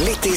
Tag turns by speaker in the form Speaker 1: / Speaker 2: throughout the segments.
Speaker 1: écoutez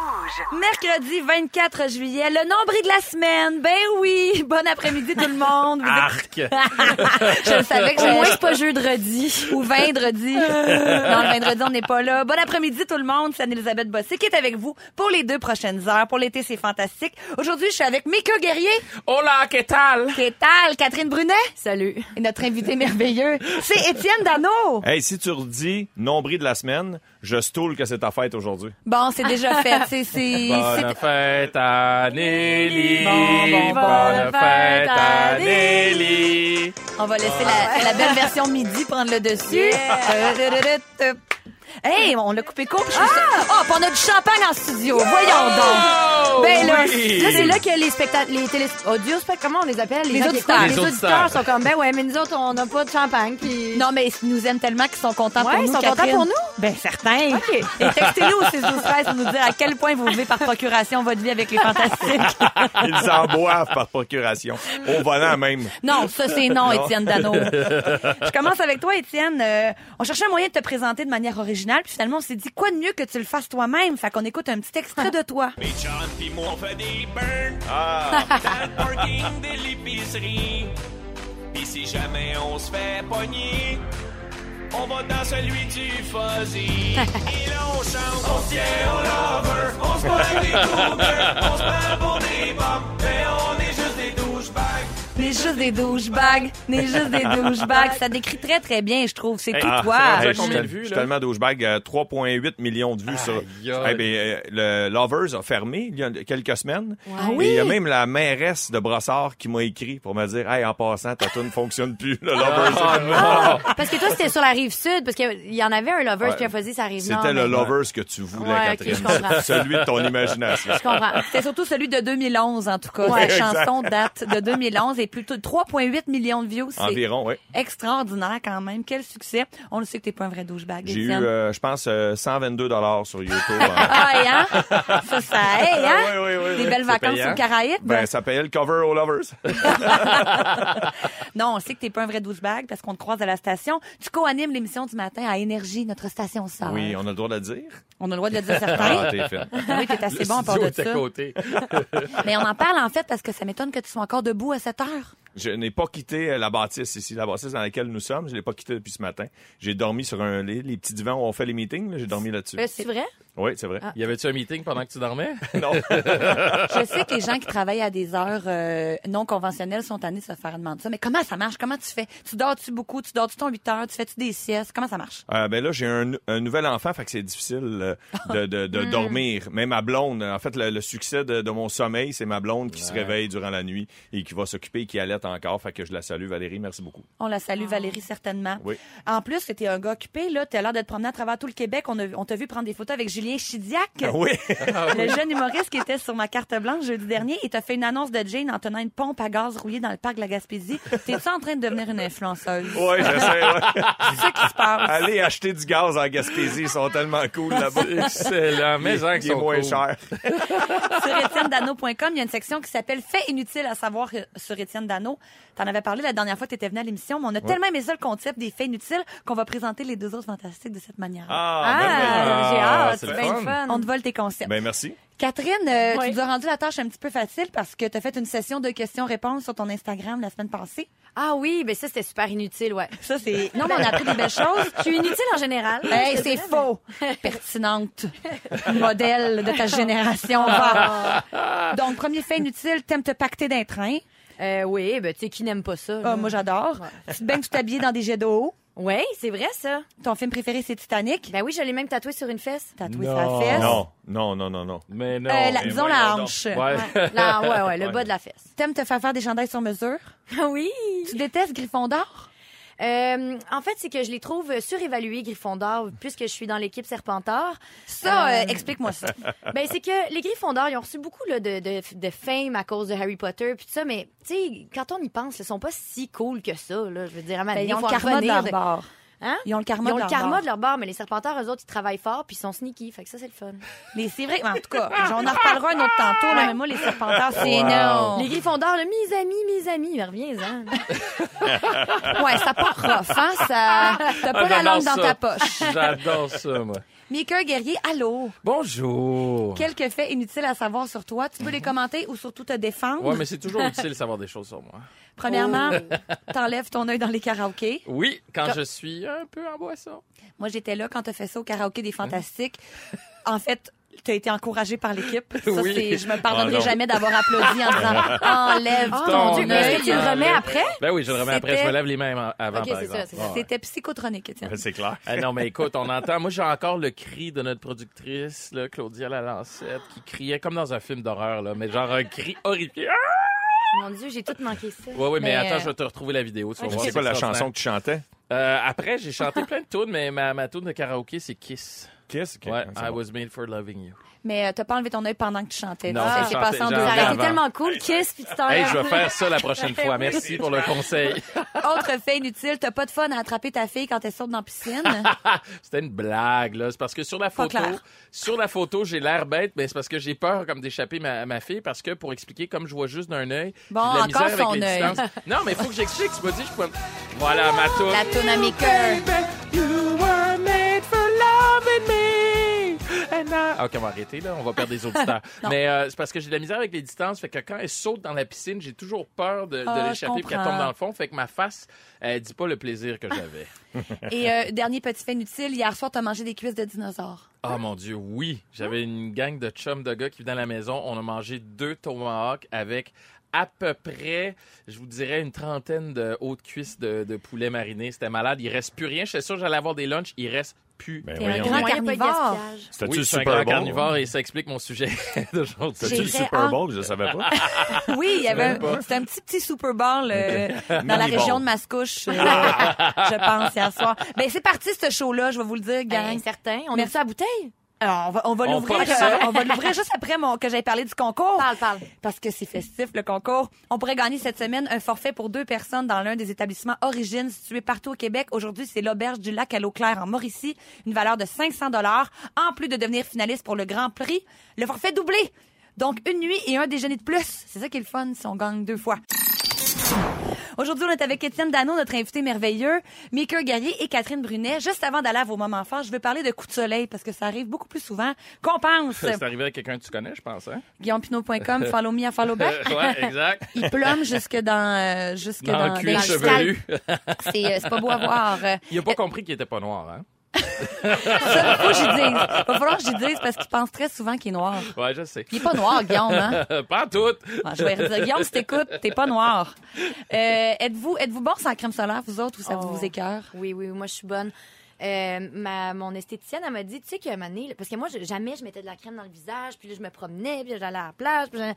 Speaker 2: Mercredi 24 juillet, le nombril de la semaine. Ben oui, bon après-midi tout le monde. Vous êtes-
Speaker 3: Arc!
Speaker 2: Je le savais que au moins Ah. c'est pas jeudi ou vendredi. Non, le vendredi on n'est pas là. Bon après-midi tout le monde, c'est Anne-Elisabeth Bossé qui est avec vous pour les deux prochaines heures. Pour l'été, c'est fantastique. Aujourd'hui, je suis avec Mika Guerrier,
Speaker 3: Hola, que tal?
Speaker 2: Kétal, Catherine Brunet. Salut. Et notre invité merveilleux, c'est Étienne Dano.
Speaker 4: Hey, si tu redis nombril de la semaine, je stoule que c'est ta fête aujourd'hui.
Speaker 2: Bon, c'est déjà fait. C'est, c'est,
Speaker 3: Bonne
Speaker 2: c'est-
Speaker 3: fête à Nelly!
Speaker 2: Bon, bon,
Speaker 3: Bonne
Speaker 2: bonne
Speaker 3: fête
Speaker 2: fête
Speaker 3: à
Speaker 2: à
Speaker 3: Nelly!
Speaker 2: On va laisser la, la belle version midi prendre le dessus. Euh, Hey, on l'a coupé court. puis je trouve ça- Oh, puis on a du champagne en studio. Voyons donc. Ben là,
Speaker 3: Oh, oui.
Speaker 2: là, c'est là que
Speaker 5: que les spectateurs, les télé... audio spect- comment on les appelle?
Speaker 2: Les
Speaker 5: gens qui
Speaker 2: auditeurs.
Speaker 5: écoutent,
Speaker 3: Les
Speaker 5: Les
Speaker 3: auditeurs.
Speaker 5: auditeurs sont comme, ben ouais, mais nous autres, on n'a pas de champagne. Puis...
Speaker 2: Non, mais ils nous aiment tellement qu'ils sont contents pour
Speaker 5: Ouais,
Speaker 2: nous.
Speaker 5: ils sont contents
Speaker 2: Catherine.
Speaker 5: pour nous?
Speaker 2: Ben, certains. Et textez-nous au 6 12 13 pour nous dire à quel point vous vivez par procuration votre vie avec les fantastiques.
Speaker 4: Ils en boivent par procuration. Au volant même.
Speaker 2: Non, ça c'est non, Étienne Dano. Je commence avec toi, Étienne. Euh, on cherchait un moyen de te présenter de manière originale, puis finalement on s'est dit quoi de mieux que tu le fasses toi-même. Fait qu'on écoute un petit extrait de toi.
Speaker 6: Mes chums pis moi on fait des burns
Speaker 4: Ah,
Speaker 6: dans le parking de l'épicerie. Pis si jamais on se fait pogner, on va dans celui du fuzzy. Et là on chante, on se tient au lover, on se pogne des couverts, on se prend pour des bombes, mais on est juste des douchebags.
Speaker 2: N'est juste des douchebags, n'est juste des douchebags. Ça décrit très très bien, je trouve. C'est
Speaker 3: Hey,
Speaker 2: tout
Speaker 3: ah,
Speaker 2: toi.
Speaker 3: c'est rendu
Speaker 4: hey, je
Speaker 3: à combien de
Speaker 4: suis
Speaker 3: vues,
Speaker 4: je suis
Speaker 3: là?
Speaker 4: tellement douchebag. euh, 3,8 millions de vues sur.
Speaker 3: Aïe, aïe.
Speaker 4: Eh ben, euh, le Lovers a fermé il y a quelques semaines.
Speaker 5: Ah
Speaker 2: oui?
Speaker 4: Et il y a même la mairesse de Brossard qui m'a écrit pour me dire Hey, en passant, ta tune fonctionne plus. Le Lovers.
Speaker 2: Ah,
Speaker 3: Oh non!
Speaker 5: Ah! Parce que toi, c'était sur la rive sud, parce qu'il y en avait un lover
Speaker 4: Ouais.
Speaker 5: qui a faisait sa rive nord.
Speaker 4: C'était le
Speaker 5: mais-
Speaker 4: Lovers que tu voulais,
Speaker 5: Ouais, ok,
Speaker 4: Catherine.
Speaker 5: je comprends.
Speaker 4: Celui de ton imagination.
Speaker 5: Je comprends.
Speaker 2: C'est surtout celui de 2011 en tout cas.
Speaker 5: Ouais,
Speaker 2: Cette chanson date de 2011 et plutôt 3,8 millions de views. C'est
Speaker 4: Environ, oui.
Speaker 2: extraordinaire quand même. Quel succès. On le sait que t'es pas un vrai douchebag.
Speaker 4: J'ai eu,
Speaker 2: Étienne.
Speaker 4: euh, je pense, euh, 122 sur YouTube. hein.
Speaker 2: Ah, et hein? Ça, ça hey, hein?
Speaker 4: Ah, oui, oui, oui,
Speaker 2: Des
Speaker 4: oui.
Speaker 2: belles
Speaker 3: C'est
Speaker 2: vacances
Speaker 3: payant.
Speaker 2: aux Caraïbes.
Speaker 4: Ben, ça payait le cover aux lovers.
Speaker 2: Non, on sait que t'es pas un vrai douchebag parce qu'on te croise à la station. Tu co-animes l'émission du matin à Énergie, notre station sœur.
Speaker 4: Oui, on a le droit de le dire.
Speaker 2: On a le droit de le dire
Speaker 4: Ah,
Speaker 2: certain.
Speaker 4: t'es fait.
Speaker 2: Ah oui, t'es assez
Speaker 3: Le
Speaker 2: bon à part
Speaker 3: studio
Speaker 2: de
Speaker 3: est à
Speaker 2: ça.
Speaker 3: côté.
Speaker 2: Mais on en parle en fait parce que ça m'étonne que tu sois encore debout à cette heure.
Speaker 4: Je n'ai pas quitté euh, la bâtisse ici, la bâtisse dans laquelle nous sommes. Je l'ai pas quitté depuis ce matin. J'ai dormi sur un lit, les petits divans où on fait les meetings. là, J'ai dormi là-dessus.
Speaker 5: Euh, C'est vrai?
Speaker 4: Oui, c'est vrai.
Speaker 3: Y avait-tu un meeting pendant que tu dormais?
Speaker 4: Non.
Speaker 2: Je sais que les gens qui travaillent à des heures euh, non conventionnelles sont tannés de se faire demander ça. Mais comment ça marche? Comment tu fais? Tu dors-tu beaucoup? Tu dors-tu ton 8 heures? Tu fais-tu des siestes? Comment ça marche?
Speaker 4: Euh, ben là, j'ai un, un nouvel enfant, fait que c'est difficile euh, de, de, de dormir. Même ma blonde, en fait, le, le succès de, de mon sommeil, c'est ma blonde qui se réveille durant la nuit et qui va s'occuper, et qui allait encore. Fait que je la salue, Valérie. Merci beaucoup.
Speaker 2: On la
Speaker 5: Ah.
Speaker 2: salue, Valérie, certainement.
Speaker 4: Oui.
Speaker 2: En plus, t'es un gars occupé, là. T'as l'air d'être promené à travers tout le Québec. On a- on t'a vu prendre des photos avec Julien Chidiac.
Speaker 4: Oui.
Speaker 2: Le jeune humoriste qui était sur ma carte blanche jeudi dernier, il t'a fait une annonce de Jane en tenant une pompe à gaz rouillée dans le parc de la Gaspésie. T'es-tu en train de devenir une influenceuse?
Speaker 4: oui, j'essaie. ouais.
Speaker 2: C'est ça qui se passe.
Speaker 4: Allez acheter du gaz en Gaspésie, ils sont tellement cool là-bas.
Speaker 3: Excellent. Mes gens qui
Speaker 4: Il est
Speaker 3: sont
Speaker 4: moins
Speaker 3: cool.
Speaker 4: cher.
Speaker 2: Sur étienne-dano.com, il y a une section qui s'appelle Fait inutile à savoir euh, sur Étienne Dano. T'en avais parlé la dernière fois que t'étais venu à l'émission, mais on a tellement aimé ça le concept des faits inutiles qu'on va présenter les deux autres fantastiques de cette manière.
Speaker 4: Ah,
Speaker 3: ben
Speaker 4: merveilleux.
Speaker 5: Ah, j'ai hâte.
Speaker 3: c'est
Speaker 5: C'est
Speaker 3: le
Speaker 5: bien
Speaker 3: fun.
Speaker 5: le fun.
Speaker 2: On te vole tes concepts.
Speaker 4: Ben merci.
Speaker 2: Catherine, euh,
Speaker 5: Oui.
Speaker 2: tu nous as rendu la tâche un petit peu facile parce que tu as fait une session de questions-réponses sur ton Instagram la semaine passée.
Speaker 5: Ah oui, ben ça, c'était super inutile, ouais.
Speaker 2: Ça, c'est...
Speaker 5: Non, mais on a appris des belles choses. Je suis inutile en général.
Speaker 2: Hey,
Speaker 5: Je te
Speaker 2: c'est
Speaker 5: dirais,
Speaker 2: faux. Pertinente. Modèle de ta génération.
Speaker 5: Ah.
Speaker 2: va. Donc, premier fait inutile, t'aimes te pacter d'un train.
Speaker 5: mais- Euh, oui, ben tu sais, qui n'aime pas ça?
Speaker 2: Ah,
Speaker 5: là?
Speaker 2: moi, j'adore. Tu te baignes tout habillé dans des jets d'eau.
Speaker 5: Ouais, c'est vrai, ça.
Speaker 2: Ton film préféré, c'est Titanic.
Speaker 5: Ben oui, je l'ai même tatoué sur une fesse.
Speaker 2: Tatoué
Speaker 3: Non.
Speaker 2: sa fesse.
Speaker 4: Non, non, non, non, non.
Speaker 3: Mais non.
Speaker 2: Euh, la-
Speaker 3: mais
Speaker 2: disons
Speaker 3: voyons
Speaker 2: la
Speaker 3: donc.
Speaker 2: hanche.
Speaker 3: Ouais.
Speaker 5: Là, ouais, ouais, le bas de la fesse.
Speaker 2: T'aimes te faire faire des chandails sur mesure.
Speaker 5: Ah oui!
Speaker 2: Tu détestes Gryffondor.
Speaker 5: Euh, en fait, c'est que je les trouve surévalués, Gryffondor, puisque je suis dans l'équipe Serpentard.
Speaker 2: Ça, euh,
Speaker 5: Euh,
Speaker 2: explique-moi ça.
Speaker 5: ben, c'est que les Gryffondors, ils ont reçu beaucoup là, de, de, de fame à cause de Harry Potter, puis tout ça, mais tu sais, quand on y pense, ils sont pas si cool que ça, là. Je veux dire, à ma
Speaker 2: Ben, ils ont le
Speaker 5: faut en
Speaker 2: karma de
Speaker 5: revenir
Speaker 2: leur
Speaker 5: de-
Speaker 2: bord.
Speaker 5: Hein?
Speaker 2: Ils ont le karma
Speaker 5: Ils ont
Speaker 2: de
Speaker 5: le
Speaker 2: leur
Speaker 5: karma
Speaker 2: bord.
Speaker 5: de leur bar, mais les serpenteurs, eux autres, ils travaillent fort puis ils sont sneaky. Fait que ça, c'est le fun.
Speaker 2: Mais c'est vrai, mais en tout cas, on en reparlera un autre tantôt, là, mais moi, les serpenteurs, c'est
Speaker 3: Wow.
Speaker 2: énorme.
Speaker 5: Les griffondeurs, là, mes amis, mes amis, mais reviens-en.
Speaker 2: Ouais, ça pas rough, hein? Ça... T'as pas
Speaker 3: Ah,
Speaker 2: la
Speaker 3: j'adore
Speaker 2: langue dans
Speaker 3: ça.
Speaker 2: ta poche.
Speaker 3: J'adore ça, moi.
Speaker 2: Mika Guerrier, allô?
Speaker 3: Bonjour.
Speaker 2: Quelques faits inutiles à savoir sur toi. Tu peux les commenter ou surtout te défendre.
Speaker 3: Ouais, mais c'est toujours utile de savoir des choses sur moi.
Speaker 2: Premièrement, t'enlèves ton œil dans les karaokés.
Speaker 3: Oui, quand je suis un peu en boisson.
Speaker 2: Moi, j'étais là quand t'as fait ça au karaoké des Fantastiques. En fait, t'as été encouragée par l'équipe. Ça,
Speaker 3: Oui.
Speaker 2: c'est, je me
Speaker 4: Ah,
Speaker 2: pardonnerai
Speaker 4: non.
Speaker 2: jamais d'avoir applaudi en disant enlève
Speaker 5: Oh,
Speaker 2: ton
Speaker 3: Ton Dieu,
Speaker 5: Ah, est-ce
Speaker 2: œil.
Speaker 5: que tu le
Speaker 3: œil.
Speaker 5: remets après?
Speaker 3: Ben oui, je le remets après. Je
Speaker 2: C'était-
Speaker 3: me lève les mains en- avant,
Speaker 5: Ok,
Speaker 3: par
Speaker 5: c'est ça,
Speaker 3: exemple.
Speaker 5: c'est ça.
Speaker 3: Ouais.
Speaker 2: C'était psychotronique, Étienne.
Speaker 4: C'est clair.
Speaker 3: Ah non, mais écoute, on entend. Moi, j'ai encore le cri de notre productrice, là, Claudia Lalancette, qui criait comme dans un film d'horreur, là, mais genre un cri horrifié. Ah!
Speaker 5: Mon Dieu, j'ai tout manqué ça.
Speaker 3: Ouais, oui, mais,
Speaker 2: Mais,
Speaker 3: attends,
Speaker 2: euh,
Speaker 3: je vais te retrouver la vidéo. tu vas voir,
Speaker 4: C'est quoi la
Speaker 3: extraordinaire.
Speaker 4: chanson que tu chantais?
Speaker 3: Euh, après, j'ai chanté plein de tunes, mais ma, ma tune de karaoké, c'est Kiss.
Speaker 4: Kiss? Ok,
Speaker 3: ouais,
Speaker 4: c'est
Speaker 3: I
Speaker 4: bon.
Speaker 3: was made for loving you.
Speaker 2: Mais euh, t'as pas enlevé ton œil pendant que tu chantais.
Speaker 3: Non,
Speaker 2: ça
Speaker 3: j'ai
Speaker 2: s'est
Speaker 3: chanté,
Speaker 2: passé en
Speaker 3: j'ai
Speaker 2: deux
Speaker 3: enlevé
Speaker 5: Ça aurait
Speaker 2: ans.
Speaker 5: été
Speaker 3: avant.
Speaker 5: tellement cool. Kiss, puis tu t'en
Speaker 3: Hey, je vais faire ça la prochaine
Speaker 5: Ben
Speaker 3: fois. Merci pour le conseil.
Speaker 2: Autre fait inutile, t'as pas de fun à attraper ta fille quand elle saute dans la piscine.
Speaker 3: C'était une blague, là. C'est parce que sur la
Speaker 2: Pas
Speaker 3: photo,
Speaker 2: clair.
Speaker 3: sur la photo, j'ai l'air bête, mais c'est parce que j'ai peur comme d'échapper ma, ma fille, parce que pour expliquer, comme je vois juste d'un œil,
Speaker 2: Bon,
Speaker 3: j'ai de la
Speaker 2: encore
Speaker 3: misère
Speaker 2: son
Speaker 3: avec les
Speaker 2: œil.
Speaker 3: distances. Non, mais faut que j'explique. Tu m'as dit, je peux. Voilà, ma tour.
Speaker 2: la toune à mes cœurs.
Speaker 3: Ah, ok, on va arrêter là, on va perdre des auditeurs. mais euh, c'est parce que j'ai de la misère avec les distances, fait que quand elle saute dans la piscine, j'ai toujours peur de, de
Speaker 2: Ah, je
Speaker 3: l'échapper puis qu'elle
Speaker 2: comprends.
Speaker 3: tombe dans le fond, fait que ma face, elle dit pas le plaisir que j'avais.
Speaker 2: Et euh, dernier petit fait inutile, hier soir, t'as mangé des cuisses de dinosaures.
Speaker 3: Ah mon dieu, oui. J'avais une gang de chums de gars qui venaient à la maison. On a mangé deux tomahawks avec à peu près, je vous dirais, une trentaine de hautes cuisses de, de poulet mariné. C'était malade. Il reste plus rien. Je suis sûr que j'allais avoir des lunchs. Il reste plus.
Speaker 4: Ben
Speaker 2: T'es
Speaker 4: voyons.
Speaker 2: un grand
Speaker 5: Moyen, pas de
Speaker 2: carnivore.
Speaker 5: gaspillage.
Speaker 4: C'était-tu
Speaker 3: oui,
Speaker 4: le
Speaker 3: je suis un
Speaker 4: Super
Speaker 3: grand
Speaker 4: Bowl?
Speaker 3: carnivore et ça explique mon sujet d'aujourd'hui.
Speaker 4: C'était-tu le
Speaker 5: J'ai
Speaker 4: Super
Speaker 5: hâte.
Speaker 4: Bowl? Je le savais pas.
Speaker 2: Oui, il y avait un, c'était un petit petit Super Bowl euh, dans la
Speaker 4: Mini-ball.
Speaker 2: région de Mascouche, euh, je pense, hier soir. Ben c'est parti ce show-là, je vais vous le dire, gang.
Speaker 5: Ben, certain. On
Speaker 2: Mais-
Speaker 5: a ça à bouteille?
Speaker 2: Alors, on va, on va
Speaker 3: On
Speaker 2: l'ouvrir,
Speaker 3: part ça.
Speaker 2: euh, on va l'ouvrir juste après mon, que j'avais parlé du concours.
Speaker 5: Parle, parle.
Speaker 2: Parce que c'est festif, le concours. On pourrait gagner cette semaine un forfait pour deux personnes dans l'un des établissements Origine situés partout au Québec. Aujourd'hui, c'est l'Auberge du Lac à l'Eau-Claire en Mauricie. Une valeur de 500 dollars. En plus de devenir finaliste pour le Grand Prix, le forfait doublé. Donc, une nuit et un déjeuner de plus. C'est ça qui est le fun si on gagne deux fois. Aujourd'hui, on est avec Étienne Dano, notre invité merveilleux, Mika Guerrier et Catherine Brunet. Juste avant d'aller à vos moments forts, je veux parler de coups de soleil parce que ça arrive beaucoup plus souvent qu'on pense.
Speaker 3: C'est arrivé à quelqu'un que tu connais, je pense. Hein?
Speaker 2: GuillaumePinot.com, follow me à follow back.
Speaker 3: ouais, exact.
Speaker 2: Il plombe jusque dans, euh, jusque
Speaker 3: Dans,
Speaker 2: dans,
Speaker 3: le cuir
Speaker 2: dans le scalp.
Speaker 3: chevelu.
Speaker 2: C'est euh, c'est pas beau à voir. Euh,
Speaker 3: Il a pas compris qu'il était pas noir. Hein?
Speaker 2: Ça, faut que j'y dise. Va falloir que j'y dise parce qu'il pense très souvent qu'il est noir.
Speaker 3: Ouais, je sais.
Speaker 2: Il est pas noir, Guillaume, hein?
Speaker 3: pas en tout.
Speaker 2: Bon, je vais redire, Guillaume, si t'écoutes, t'es pas noir. Euh, êtes-vous, êtes-vous bon sans crème solaire, vous autres, ou ça
Speaker 5: Oh.
Speaker 2: vous écœure?
Speaker 5: Oui, oui, moi, je suis bonne. Euh, ma, mon esthéticienne, elle m'a dit, tu sais, qu'à un moment donné, là, parce que moi, je- jamais je mettais de la crème dans le visage, puis là, je me promenais, puis là, j'allais à la plage, puis, je-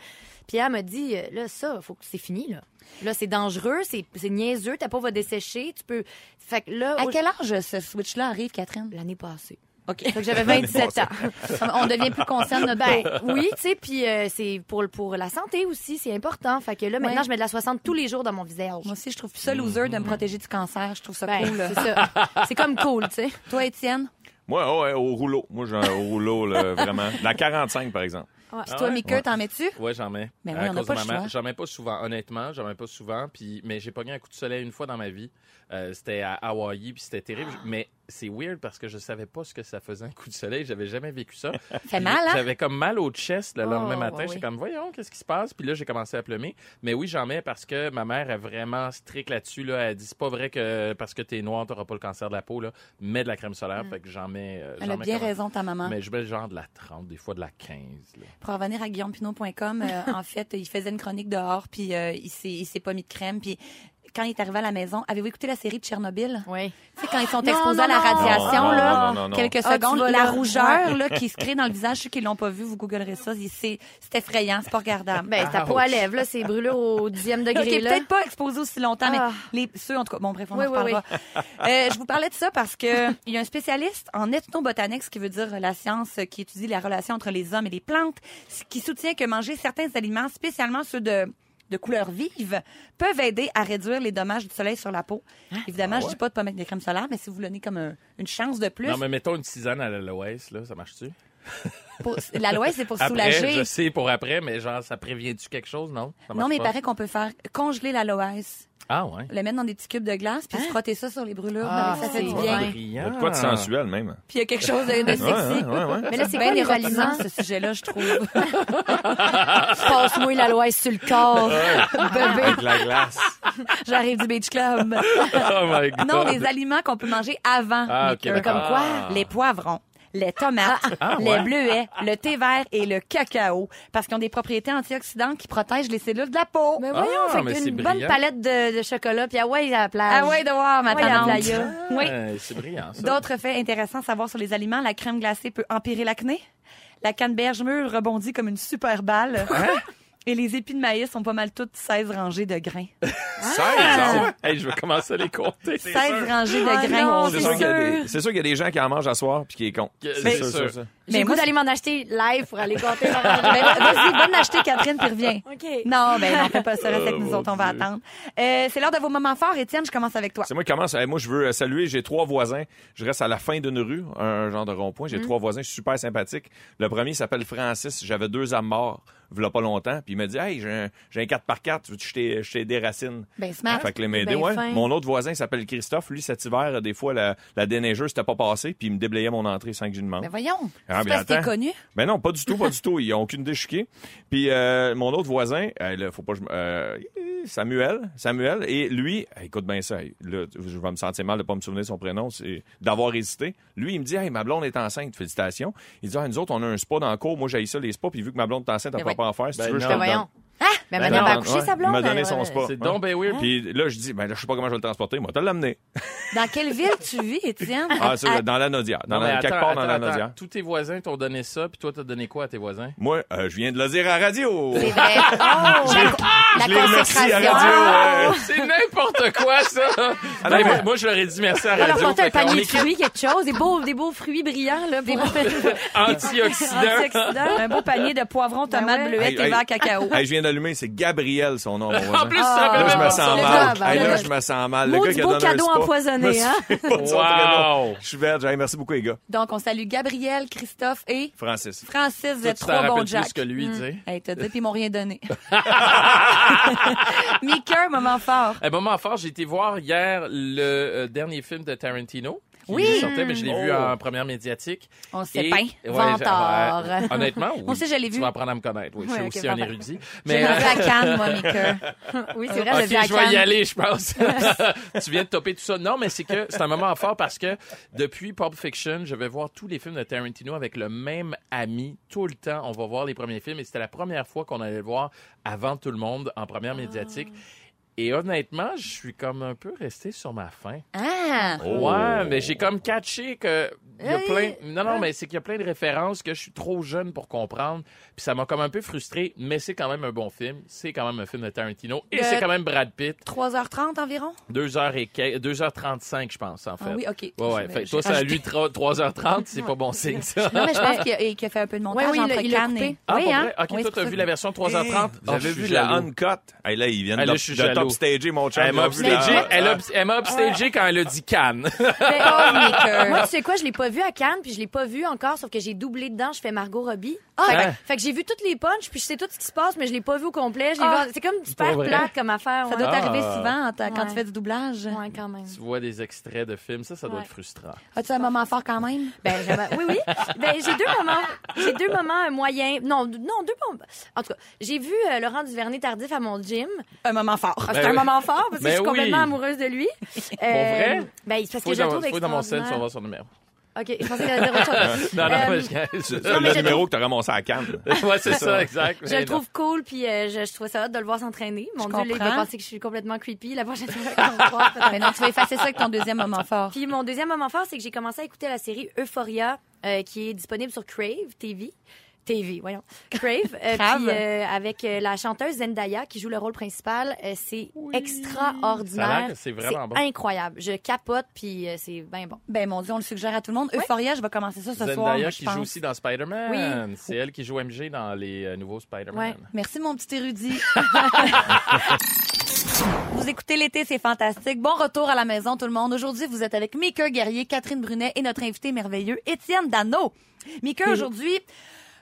Speaker 5: puis elle m'a dit, euh, là, ça, faut que c'est fini, là. Là, c'est dangereux, c'est c'est niaiseux, ta peau va dessécher, tu peux. Fait que là,
Speaker 2: À
Speaker 5: au-
Speaker 2: quel âge ce switch-là arrive, Catherine?
Speaker 5: l'année passée.
Speaker 2: OK.
Speaker 5: Fait que j'avais 27 ans. On devient plus conscient de notre ben, Oui, tu sais, puis euh, c'est pour, pour la santé aussi, c'est important. Fait que là, maintenant,
Speaker 2: Ouais.
Speaker 5: je mets de la 60 tous les jours dans mon visage.
Speaker 2: Moi aussi, je trouve ça loser de me protéger du cancer. Je trouve ça
Speaker 5: Ben,
Speaker 2: cool. là.
Speaker 5: c'est ça. C'est comme cool, tu sais.
Speaker 2: Toi, Étienne?
Speaker 4: Moi, oh, ouais, au rouleau. Moi, j'ai un au rouleau, là, vraiment. La 45, par exemple.
Speaker 2: Puis toi, Mika, t'en mets-tu?
Speaker 3: Ouais, j'en mets.
Speaker 2: Mais
Speaker 3: À
Speaker 2: oui, on n'a
Speaker 3: cause
Speaker 2: pas
Speaker 3: de
Speaker 2: le
Speaker 3: ma mère.
Speaker 2: choix.
Speaker 3: J'en mets pas souvent, honnêtement, j'en mets pas souvent. Puis, mais j'ai pogné un coup de soleil une fois dans ma vie. Euh, c'était à Hawaï, puis c'était terrible.
Speaker 2: Ah.
Speaker 3: Mais c'est weird parce que je savais pas ce que ça faisait un coup de soleil. J'avais jamais vécu ça.
Speaker 2: Fait mal, hein?
Speaker 3: J'avais comme mal au chest le lendemain
Speaker 5: Oh,
Speaker 3: matin.
Speaker 5: ouais,
Speaker 3: J'étais
Speaker 5: oui.
Speaker 3: comme, voyons, qu'est-ce qui se passe? Puis là, j'ai commencé à plumer. Mais oui, j'en mets parce que ma mère est vraiment stricte là-dessus. Là. Elle dit, c'est pas vrai que parce que t'es noir, t'auras pas le cancer de la peau. Là. Mets de la crème solaire. Fait que j'en mets. euh,
Speaker 2: Mm. Elle
Speaker 3: j'en
Speaker 2: a
Speaker 3: mets
Speaker 2: bien
Speaker 3: quand même.
Speaker 2: raison, hein. ta maman.
Speaker 3: Mais je mets genre de la 30, des fois de la 15. là.
Speaker 2: Pour en revenir à guillaumepinot.com, euh, en fait, il faisait une chronique dehors, puis euh, il s'est il s'est pas mis de crème, puis quand il est arrivé à la maison, avez-vous écouté la série de Tchernobyl?
Speaker 5: Oui.
Speaker 2: Tu sais, quand ils sont
Speaker 5: Non,
Speaker 2: exposés à la
Speaker 5: non, non.
Speaker 2: radiation,
Speaker 4: Non, non,
Speaker 2: là,
Speaker 4: non, non, non.
Speaker 2: quelques
Speaker 5: Ah, tu
Speaker 2: secondes,
Speaker 5: vas
Speaker 2: la
Speaker 5: là.
Speaker 2: rougeur là, qui se crée dans le visage, ceux qui l'ont pas vu, vous googlerez ça, il- c'est c'est effrayant, c'est pas regardable.
Speaker 5: Ben, ta peau à lèvres, là, c'est brûlé au dixième degré,
Speaker 2: qui est
Speaker 5: là.
Speaker 2: peut-être pas exposé aussi longtemps,
Speaker 5: Ah.
Speaker 2: mais les, ceux, en tout cas, bon, bref, on
Speaker 5: Oui,
Speaker 2: en
Speaker 5: oui,
Speaker 2: reparlera. Euh, je vous parlais de ça parce que il y a un spécialiste en ethnobotanique, ce qui veut dire la science qui étudie la relation entre les hommes et les plantes, ce qui soutient que manger certains aliments, spécialement ceux de de de couleurs vives peuvent aider à réduire les dommages du soleil sur la peau.
Speaker 3: Hein?
Speaker 2: Évidemment, je dis pas de pas mettre des crèmes solaires, mais si vous donnez comme un- une chance de plus,
Speaker 3: Ah Non, mais mettons une tisane à l'aloès, là, ça marche-tu?
Speaker 2: pour- la loi, c'est pour
Speaker 3: Après,
Speaker 2: soulager.
Speaker 3: je sais pour après, mais genre, ça prévient-tu quelque chose, non? Ça
Speaker 2: Non,
Speaker 3: marche
Speaker 2: mais il
Speaker 3: pas.
Speaker 2: paraît qu'on peut faire congeler l'aloès,
Speaker 3: Ah, ouais.
Speaker 2: le mettre dans des petits cubes de glace, puis se frotter ça sur les brûlures.
Speaker 5: Hein? Ah,
Speaker 2: ça fait du
Speaker 5: c'est
Speaker 2: bien.
Speaker 5: vrai.
Speaker 4: Il y
Speaker 3: Brillant.
Speaker 4: a de quoi de
Speaker 2: Ah.
Speaker 4: sensuel, même.
Speaker 2: Puis il y a quelque chose de, de sexy.
Speaker 4: Ouais, ouais, ouais, ouais.
Speaker 5: Mais là, c'est
Speaker 2: bien
Speaker 5: quoi les
Speaker 2: érotisant,
Speaker 5: aliments?
Speaker 2: ce sujet-là, je trouve.
Speaker 5: Passe-moi la loi sur le corps.
Speaker 4: Avec la glace.
Speaker 2: J'arrive du Beach Club.
Speaker 3: Oh my God.
Speaker 2: Ah, non, des aliments qu'on peut manger avant.
Speaker 3: Ah,
Speaker 2: les
Speaker 3: ok,
Speaker 2: cœurs.
Speaker 3: d'accord.
Speaker 2: Comme quoi, les poivrons. Les tomates, les bleuets, le thé vert et le cacao, parce qu'ils ont des propriétés antioxydantes qui protègent les cellules de la peau.
Speaker 5: Mais voyons,
Speaker 3: Ah,
Speaker 5: fait
Speaker 3: mais
Speaker 5: qu'une
Speaker 3: c'est
Speaker 5: bonne
Speaker 3: brillant.
Speaker 5: palette de, de chocolat, puis ah ouais, à la plage.
Speaker 2: Ah ouais, de voir, ma
Speaker 5: Ouais, la
Speaker 2: tante.
Speaker 5: playa.
Speaker 2: Oui.
Speaker 3: Euh, c'est brillant, ça.
Speaker 2: D'autres faits intéressants à savoir sur les aliments, la crème glacée peut empirer l'acné. La canneberge mûre rebondit comme une super balle. Et les épis de maïs sont pas mal toutes 16 rangées de grains.
Speaker 4: 16,
Speaker 2: euh,
Speaker 3: Ah
Speaker 4: ah ouais.
Speaker 3: ouais? Hey, je vais commencer à les compter.
Speaker 2: 16 rangées de
Speaker 5: Ah
Speaker 2: grains.
Speaker 5: non,
Speaker 4: C'est
Speaker 5: C'est
Speaker 4: sûr qu'il y a
Speaker 5: sûr.
Speaker 4: des- c'est sûr qu'il y a des gens qui en mangent à soir puis qui est con.
Speaker 3: C'est sûr, ça.
Speaker 5: J'ai le
Speaker 2: moi,
Speaker 5: goût d'aller m'en acheter live pour aller compter la
Speaker 2: Ben, Vas-y, va l'acheter, Catherine, puis reviens.
Speaker 5: OK.
Speaker 2: Non, ben non, fais pas ça, reste avec nous autres, on va attendre. Euh, c'est l'heure de vos moments forts. Étienne, je commence avec toi.
Speaker 4: C'est moi qui commence. Eh, moi, je veux euh, saluer. J'ai trois voisins. Je reste à la fin d'une rue, un genre de rond-point.
Speaker 2: Mm.
Speaker 4: J'ai trois voisins super sympathiques. Le premier s'appelle Francis. J'avais deux âmes morts, v'là pas longtemps. Puis il m'a dit Hey, j'ai un, j'ai un 4x4. Veux-tu jeter, jeter des racines
Speaker 2: Ben, smart.
Speaker 4: Fait que les m'aider,
Speaker 5: ben
Speaker 4: ouais.
Speaker 5: fin.
Speaker 4: Mon autre voisin s'appelle Christophe. Lui, cet hiver, euh, des fois, la, la déneigeuse n'était pas passée. Puis il me déblayait mon entrée sans que je lui demande.
Speaker 2: Ben voyons,
Speaker 4: Ah,
Speaker 2: c'est
Speaker 4: mais
Speaker 2: parce que t'es
Speaker 4: attends.
Speaker 2: connu.
Speaker 4: Ben non, pas du tout, pas du tout. Ils ont aucune déchiquée. Puis euh, mon autre voisin, euh, là, faut pas que je me- euh, Samuel, Samuel, et lui, eh, écoute bien ça, eh, là, je vais me sentir mal de pas me souvenir de son prénom, c'est d'avoir hésité. Lui, il me dit, hey, ma blonde est enceinte, félicitations. Il dit, ah, nous autres, on a un spa dans le cours, moi j'ai ça les spas, puis vu que ma blonde est enceinte, elle
Speaker 5: Ben
Speaker 4: peut
Speaker 5: oui.
Speaker 4: pas en faire, si
Speaker 3: Ben
Speaker 4: tu veux, je
Speaker 3: non.
Speaker 4: te le
Speaker 5: Ben
Speaker 4: donne.
Speaker 5: voyons. Ah! Mais
Speaker 4: Ben
Speaker 5: maintenant, elle
Speaker 4: non,
Speaker 5: va accoucher,
Speaker 4: ouais,
Speaker 5: sa blonde. Hein?
Speaker 4: Il m'a donné
Speaker 5: elle-
Speaker 4: son
Speaker 5: elle-
Speaker 4: spa.
Speaker 3: C'est
Speaker 4: Ouais.
Speaker 3: donc ben weird.
Speaker 4: Puis là, je dis, ben là, je sais pas comment je vais le transporter, moi, te l'amener.
Speaker 2: Dans quelle ville tu vis, Étienne?
Speaker 4: Ah, ça, dans la Nodière, dans
Speaker 3: Non, mais
Speaker 4: la, quelque
Speaker 3: attends,
Speaker 4: part dans
Speaker 3: attends,
Speaker 4: la
Speaker 3: attends.
Speaker 4: Nodière.
Speaker 3: Tous tes voisins t'ont donné ça, puis toi, t'as donné quoi à tes voisins?
Speaker 4: Moi, euh, je viens de le dire à la radio.
Speaker 5: C'est vrai. La- La
Speaker 4: Je les remercie à la radio.
Speaker 2: Oh!
Speaker 5: consécration.
Speaker 4: ouais.
Speaker 3: C'est n'importe quoi, ça!
Speaker 4: Alors,
Speaker 3: Ben,
Speaker 4: moi-
Speaker 3: moi, je leur ai dit merci à
Speaker 5: On
Speaker 3: la
Speaker 5: leur
Speaker 3: radio.
Speaker 5: portait un
Speaker 3: fait qu'on
Speaker 5: panier de
Speaker 3: est quitte-
Speaker 5: fruits, quelque chose, des beaux, des beaux fruits brillants, là, pour...
Speaker 3: Antioxydants.
Speaker 2: Un beau panier de poivrons, tomates,
Speaker 5: ouais.
Speaker 2: bleuets,
Speaker 4: Hey,
Speaker 2: et
Speaker 4: hey.
Speaker 2: verts cacao.
Speaker 5: Oh!
Speaker 4: Hey, je viens d'allumer, c'est Gabriel son nom. mon
Speaker 3: En
Speaker 4: voisin.
Speaker 3: plus, ça
Speaker 4: là,
Speaker 2: Ah,
Speaker 4: je me sens
Speaker 5: le
Speaker 4: mal.
Speaker 5: gars,
Speaker 4: Hey,
Speaker 5: ben,
Speaker 4: là,
Speaker 5: le-
Speaker 4: je me sens mal. Le
Speaker 5: Maudit
Speaker 4: gars qui a
Speaker 5: beau
Speaker 4: donné un
Speaker 5: cadeau
Speaker 4: spa,
Speaker 5: empoisonné,
Speaker 4: me souviens
Speaker 5: hein?
Speaker 4: pas de son prénom.
Speaker 3: Wow.
Speaker 4: Je suis vert. Hey, merci beaucoup, les gars.
Speaker 2: Donc, on salue Gabriel, Christophe et
Speaker 4: Francis.
Speaker 2: Francis, vous
Speaker 3: Toi,
Speaker 2: êtes
Speaker 3: tu
Speaker 2: trois
Speaker 3: t'en
Speaker 2: bons Hmm.
Speaker 3: rappelles plus
Speaker 2: Jack.
Speaker 3: que lui, tu sais.
Speaker 2: Hey, t'as dit, puis ils m'ont rien donné. Mika, moment fort.
Speaker 3: Un moment fort, j'ai été voir hier le euh, dernier film de Tarantino. qui
Speaker 2: Oui.
Speaker 3: sortait, mais je l'ai vu en première médiatique.
Speaker 2: On s'est
Speaker 3: Et-
Speaker 2: peint.
Speaker 3: Ouais,
Speaker 5: Vantard.
Speaker 3: j'ai- ouais. honnêtement, oui.
Speaker 2: Moi aussi, je l'ai
Speaker 3: Tu
Speaker 2: vu.
Speaker 3: vas apprendre à me connaître. Oui, je suis
Speaker 5: Ouais, ok,
Speaker 3: aussi un
Speaker 5: vantard.
Speaker 3: érudit.
Speaker 2: J'ai
Speaker 3: Mais,
Speaker 2: mangé
Speaker 3: euh,
Speaker 2: la canne, moi, Mika.
Speaker 5: Oui, c'est
Speaker 3: Ok,
Speaker 5: vrai,
Speaker 3: je vais
Speaker 5: le
Speaker 3: y
Speaker 5: Black
Speaker 3: aller, je pense. tu viens de topper tout ça. Non, mais c'est que c'est un moment fort parce que depuis Pulp Fiction, je vais voir tous les films de Tarantino avec le même ami tout le temps. On va voir les premiers films et c'était la première fois qu'on allait le voir avant tout le monde en
Speaker 2: Ah.
Speaker 3: première médiatique. Et honnêtement, je suis comme un peu resté sur ma faim.
Speaker 5: Ah!
Speaker 4: Oh.
Speaker 3: Ouais, mais j'ai comme catché que il y a
Speaker 5: Hey,
Speaker 3: plein Non
Speaker 2: Hein?
Speaker 3: non, mais c'est qu'il y a plein de références que je suis trop jeune pour comprendre, puis ça m'a comme un peu frustré, mais c'est quand même un bon film, c'est quand même un film de Tarantino et
Speaker 2: De-
Speaker 3: c'est quand même Brad Pitt,
Speaker 2: 3h30 environ?
Speaker 3: 2h et quel- 2h35 je pense en fait. Ah,
Speaker 2: Ah oui, OK.
Speaker 3: Ouais, ouais.
Speaker 2: Je-
Speaker 3: Fait que
Speaker 2: je-
Speaker 3: toi, ça a
Speaker 2: je-
Speaker 3: lui Ah. 3, h 30 c'est pas bon signe, ça.
Speaker 2: Non, mais je pense qu'il a, qu'il a fait un peu de montage
Speaker 5: Ouais, oui, il
Speaker 2: entre
Speaker 5: l'a- il l'a
Speaker 2: Cannes
Speaker 5: coupé.
Speaker 2: et...
Speaker 3: Ah,
Speaker 2: Oui,
Speaker 3: pour
Speaker 2: hein?
Speaker 3: vrai? OK,
Speaker 2: Oui,
Speaker 3: toi,
Speaker 2: c'est
Speaker 3: t'as
Speaker 2: pour
Speaker 3: vu
Speaker 2: ça.
Speaker 3: la version 3h30.
Speaker 4: Vous avez Eh, vu la uncut? Hey, là, ils viennent
Speaker 3: Ah, là,
Speaker 4: de,
Speaker 3: je suis
Speaker 4: de
Speaker 3: jaloux.
Speaker 4: top stager, mon chat.
Speaker 3: Elle m'a upstagé, elle a- elle m'a upstagé quand elle a dit Cannes.
Speaker 5: Mais-
Speaker 2: Maker.
Speaker 5: Moi, tu sais quoi, je l'ai pas vu à Cannes, puis je l'ai pas vu encore, sauf que j'ai doublé dedans, je fais Margot Robbie. fait,
Speaker 3: Ah, ouais.
Speaker 5: fait que j'ai vu toutes les punches, puis je sais tout ce qui se passe, mais je l'ai pas vu au complet. Je l'ai
Speaker 2: Ah.
Speaker 5: vu en- C'est comme
Speaker 3: Pas
Speaker 5: super
Speaker 3: vrai.
Speaker 5: plate comme affaire.
Speaker 2: Ça
Speaker 5: ouais.
Speaker 2: doit t'arriver
Speaker 3: Ah.
Speaker 2: souvent en ta- quand
Speaker 5: Ouais.
Speaker 2: tu fais du doublage.
Speaker 5: Ouais, quand même.
Speaker 3: tu vois des extraits de films, ça, ça doit
Speaker 5: Ouais.
Speaker 3: être frustrant.
Speaker 2: As-tu un moment fort quand même?
Speaker 5: Ben, j'aimerais- oui, oui. Ben, j'ai deux moments, j'ai deux moments euh, moyens. Non, d- non, deux moments. En tout cas, j'ai vu euh, Laurent Duvernay tardif à mon gym.
Speaker 2: Un moment fort.
Speaker 5: Ah,
Speaker 3: Ben
Speaker 5: c'est un
Speaker 3: oui.
Speaker 5: moment fort parce que
Speaker 3: Ben
Speaker 5: je suis complètement
Speaker 3: oui.
Speaker 5: amoureuse de lui. Pour
Speaker 3: vrai?
Speaker 5: Ben, c'est parce
Speaker 3: Faut
Speaker 5: que je le trouve
Speaker 3: dans mon sel,
Speaker 5: extraordinaire.
Speaker 3: tu vas voir son numéro.
Speaker 5: OK, je pensais qu'il allait dire autre chose.
Speaker 3: Non, non,
Speaker 5: Euh,
Speaker 3: mais je-
Speaker 5: Non, mais
Speaker 4: le
Speaker 5: je
Speaker 4: numéro que t'as ramassé à Cannes.
Speaker 3: Ouais, c'est ça, exact.
Speaker 5: Je le trouve cool, puis euh, je, je trouvais ça hâte de le voir s'entraîner. Mon
Speaker 2: Je
Speaker 5: Dieu, là, il va
Speaker 2: comprends.
Speaker 5: penser que je suis complètement creepy la prochaine fois qu'on se croise, peut-être.
Speaker 2: Ah, Mais non, tu vas effacer ça avec ton deuxième moment fort.
Speaker 5: Puis mon deuxième moment fort, c'est que j'ai commencé à écouter la série Euphoria, euh, qui est disponible sur Crave TV. TV, voyons. Crave. Euh,
Speaker 2: Crave.
Speaker 5: puis, euh, avec euh, la chanteuse Zendaya qui joue le rôle principal. Euh, c'est
Speaker 3: Ça a l'air
Speaker 5: extraordinaire.
Speaker 3: que c'est vraiment bon.
Speaker 5: incroyable. Je capote, puis euh, c'est bien bon.
Speaker 2: Ben, mon Dieu, on le suggère à tout le monde. Euphoria, je vais commencer ça ce soir.
Speaker 3: Zendaya
Speaker 2: moi,
Speaker 3: qui
Speaker 2: je pense.
Speaker 3: joue aussi dans Spider-Man.
Speaker 5: Oui.
Speaker 3: C'est elle qui joue MJ dans les euh, nouveaux Spider-Man.
Speaker 5: Ouais.
Speaker 2: Merci, mon petit érudit. vous écoutez l'été, c'est fantastique. Bon retour à la maison, tout le monde. Aujourd'hui, vous êtes avec Mika Guerrier, Catherine Brunet et notre invité merveilleux, Étienne Dano. Mika, aujourd'hui,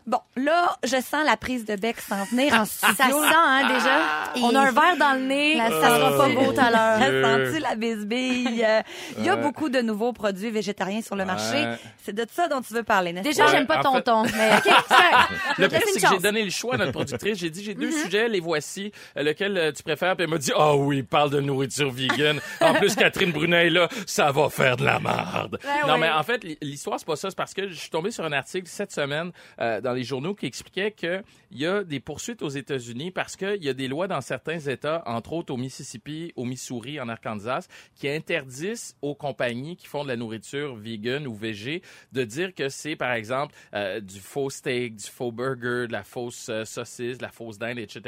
Speaker 2: bon, là, je sens la prise de bec s'en venir en
Speaker 5: Ça
Speaker 2: studio.
Speaker 5: sent, hein, déjà. On a un verre dans le nez.
Speaker 2: La
Speaker 5: ça sera pas
Speaker 2: sentie-
Speaker 5: beau tout à l'heure.
Speaker 2: La sentie, la bisbille. Euh, Il y a beaucoup de nouveaux produits végétariens sur le marché.
Speaker 3: Ouais.
Speaker 2: C'est de ça dont tu veux parler, n'est-ce
Speaker 5: Déjà,
Speaker 3: Ouais,
Speaker 5: j'aime pas
Speaker 3: en
Speaker 5: ton
Speaker 3: fait-
Speaker 5: ton, mais OK, c'est correct. Je
Speaker 3: Le pire, c'est
Speaker 5: vais te laisser une
Speaker 3: que j'ai
Speaker 5: chance. Mm-hmm.
Speaker 3: donné le choix à notre productrice. J'ai dit, j'ai deux sujets, les voici. Euh, Lequel euh, tu préfères? Puis elle m'a dit, ah oui, parle de nourriture vegan. En plus, Catherine Brunet est là, ça va faire de la marde.
Speaker 5: Ben
Speaker 3: non,
Speaker 5: oui.
Speaker 3: mais en fait, l- l'histoire, c'est pas ça. C'est parce que je suis tombé sur un article cette semaine euh, dans les journaux qui expliquait qu'il y a des poursuites aux États-Unis parce qu'il y a des lois dans certains États, entre autres au Mississippi, au Missouri, en Arkansas, qui interdisent aux compagnies qui font de la nourriture vegan ou végé de dire que c'est, par exemple, euh, du faux steak, du faux burger, de la fausse euh, saucisse, de la fausse dinde, etc.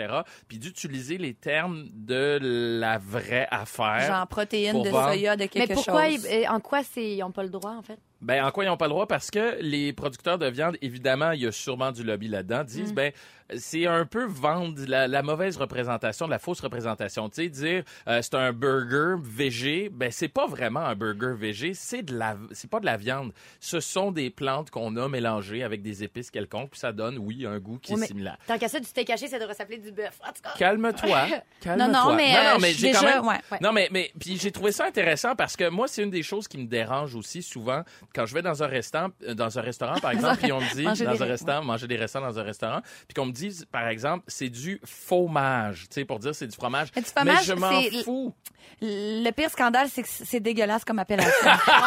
Speaker 3: Puis d'utiliser les termes de la vraie affaire.
Speaker 2: Genre protéines
Speaker 3: Pour
Speaker 2: de
Speaker 3: vendre.
Speaker 2: soya, de quelque
Speaker 5: Mais pourquoi,
Speaker 2: chose.
Speaker 5: ils- euh, en quoi c'est- ils ont pas le droit, en fait?
Speaker 3: Ben, en quoi ils n'ont pas le droit? Parce que les producteurs de viande, évidemment, il y a sûrement du lobby là-dedans, disent,
Speaker 5: Mm.
Speaker 3: ben, c'est un peu vendre la, la mauvaise représentation, de la fausse représentation. Tu sais, dire, euh, c'est un burger végé, ben, c'est pas vraiment un burger végé, c'est de la, c'est pas de la viande. Ce sont des plantes qu'on a mélangées avec des épices quelconques, puis ça donne, oui, un goût qui
Speaker 5: Oui,
Speaker 3: est
Speaker 5: mais-
Speaker 3: similaire.
Speaker 5: Tant qu'à ça, du thé caché, ça devrait s'appeler du bœuf. En tout cas,
Speaker 3: Calme-toi. Calme-toi.
Speaker 2: Non, non, mais, euh, je-
Speaker 3: j'ai quand
Speaker 2: déjà,
Speaker 3: même-
Speaker 2: ouais, ouais.
Speaker 3: Non, mais, mais puis j'ai trouvé ça intéressant parce que moi, c'est une des choses qui me dérange aussi souvent quand je vais dans un restaurant, euh, dans un restaurant par exemple, puis on me dit
Speaker 2: Manger des
Speaker 3: dans un
Speaker 2: restes,
Speaker 3: restaurant, manger des restants dans un restaurant, puis qu'on me dise par exemple, c'est du fromage, tu sais, pour dire c'est du fromage.
Speaker 2: Mais du fromage,
Speaker 3: je m'en
Speaker 2: c'est-
Speaker 3: fous.
Speaker 2: Le pire scandale, c'est que c'est dégueulasse comme appellation. c'est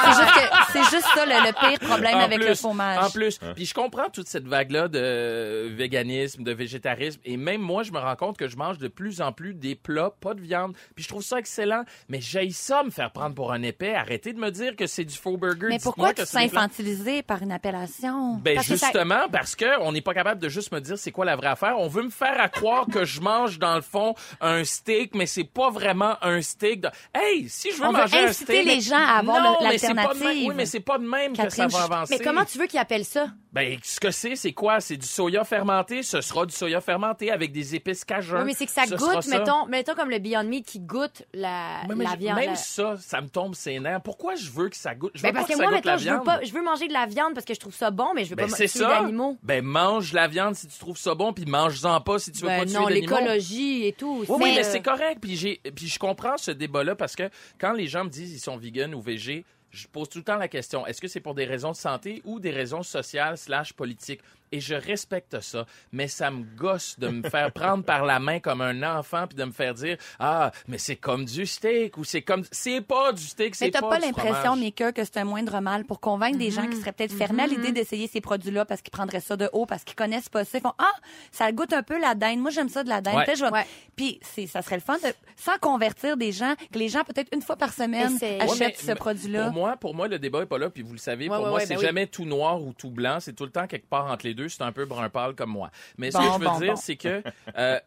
Speaker 2: juste que- c'est juste ça le, le pire problème
Speaker 3: En
Speaker 2: avec
Speaker 3: plus,
Speaker 2: le fromage.
Speaker 3: En plus, puis je comprends toute cette vague-là de euh, véganisme, de végétarisme, et même moi, je me rends compte que je mange de plus en plus des plats, pas de viande, puis je trouve ça excellent, mais j'ai ça me faire prendre pour un épais, arrêtez de me dire que c'est du faux burger.
Speaker 2: Mais
Speaker 3: dites-moi
Speaker 2: pourquoi
Speaker 3: que
Speaker 2: tu
Speaker 3: c'est des plats-
Speaker 2: t'infantiliser par une appellation?
Speaker 3: Ben
Speaker 5: Parce que ça-
Speaker 3: justement parce que on n'est pas capable de juste me dire c'est quoi la vraie affaire. On veut me faire à croire que je mange dans le fond un steak, mais c'est pas vraiment un steak. de- Hey, si je veux
Speaker 2: On veut
Speaker 3: manger un
Speaker 2: inciter
Speaker 3: steak,
Speaker 2: les
Speaker 3: mais-
Speaker 2: gens à avoir
Speaker 3: non,
Speaker 2: le-
Speaker 3: mais c'est pas de même-
Speaker 2: l'alternative.
Speaker 3: Oui, mais c'est pas de même que ça
Speaker 2: Catherine,
Speaker 3: va
Speaker 2: je-
Speaker 3: avancer.
Speaker 5: mais comment tu veux qu'ils appellent ça?
Speaker 3: Ben, ce que c'est, c'est quoi? C'est du soya fermenté, ce sera du soya fermenté avec des épices cajun.
Speaker 5: Oui, mais c'est que ça
Speaker 3: Ce sera
Speaker 5: goûte, mettons, mettons comme le Beyond Meat qui goûte la,
Speaker 3: Ouais, mais
Speaker 5: la
Speaker 3: je-
Speaker 5: viande.
Speaker 3: Même
Speaker 5: la-
Speaker 3: ça, ça me tombe ses nerfs. Pourquoi je veux que ça goûte? Je veux
Speaker 5: Ben, parce
Speaker 3: pas
Speaker 5: que
Speaker 3: que ça
Speaker 5: moi,
Speaker 3: goûte la
Speaker 5: mettons, je veux,
Speaker 3: viande.
Speaker 5: pas, je veux manger de la viande parce que je trouve ça bon, mais je veux
Speaker 3: Ben,
Speaker 5: pas
Speaker 3: c'est
Speaker 5: tuer
Speaker 3: ça.
Speaker 5: d'animaux.
Speaker 3: Ben, mange la viande si tu trouves ça bon, puis mange-en pas si tu veux
Speaker 5: Ben
Speaker 3: pas tuer
Speaker 5: non,
Speaker 3: d'animaux.
Speaker 5: l'écologie et tout.
Speaker 3: Oui, oui, mais
Speaker 5: euh,
Speaker 3: c'est correct. Puis, j'ai, puis je comprends ce débat-là parce que quand les gens me disent ils sont vegan ou végé, je pose tout le temps la question est-ce que c'est pour des raisons de santé ou des raisons sociales slash politiques Et je respecte ça, mais ça me gosse de me faire prendre par la main comme un enfant puis de me faire dire ah mais c'est comme du steak ou c'est comme c'est pas du steak, c'est
Speaker 2: Mais t'as
Speaker 3: pas,
Speaker 2: pas,
Speaker 3: du
Speaker 2: l'impression,
Speaker 3: fromage.
Speaker 2: Mika, que c'est un moindre mal pour convaincre des gens qui seraient peut-être fermés à l'idée d'essayer ces produits-là parce qu'ils prendraient ça de haut, parce qu'ils connaissent pas ça. Ils font Ah, ça goûte un peu la dinde. Moi, j'aime ça de la dinde.
Speaker 3: Ouais.
Speaker 2: Peut-être je vais-
Speaker 5: Ouais.
Speaker 2: Puis c'est- ça serait le fun de, sans convertir des gens, que les gens, peut-être une fois par semaine,
Speaker 5: Essaye.
Speaker 2: achètent
Speaker 3: Ouais, mais
Speaker 2: ce
Speaker 3: m-
Speaker 2: produit-là.
Speaker 3: Pour moi, pour moi, le débat est pas là, puis vous le savez.
Speaker 5: Ouais,
Speaker 3: pour
Speaker 5: ouais,
Speaker 3: moi,
Speaker 5: ouais,
Speaker 3: c'est
Speaker 5: ben oui.
Speaker 3: jamais tout noir ou tout blanc. C'est tout le temps quelque part entre les deux. C'est un peu brun pâle comme moi. Mais ce
Speaker 2: Bon,
Speaker 3: que je veux
Speaker 2: bon,
Speaker 3: dire,
Speaker 2: bon.
Speaker 3: c'est que. euh,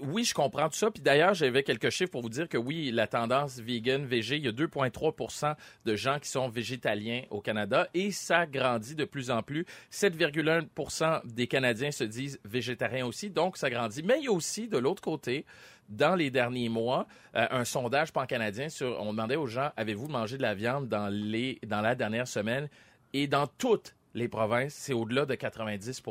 Speaker 3: oui, je comprends tout ça. Puis d'ailleurs, j'avais quelques chiffres pour vous dire que oui, la tendance vegan, végé, il y a 2,3 de gens qui sont végétaliens au Canada et ça grandit de plus en plus. 7,1 des Canadiens se disent végétariens aussi, donc ça grandit. Mais il y a aussi, de l'autre côté, dans les derniers mois, euh, un sondage pan-canadien sur, on demandait aux gens, avez-vous mangé de la viande dans les, dans la dernière semaine? Et dans toutes les provinces, c'est au-delà de 90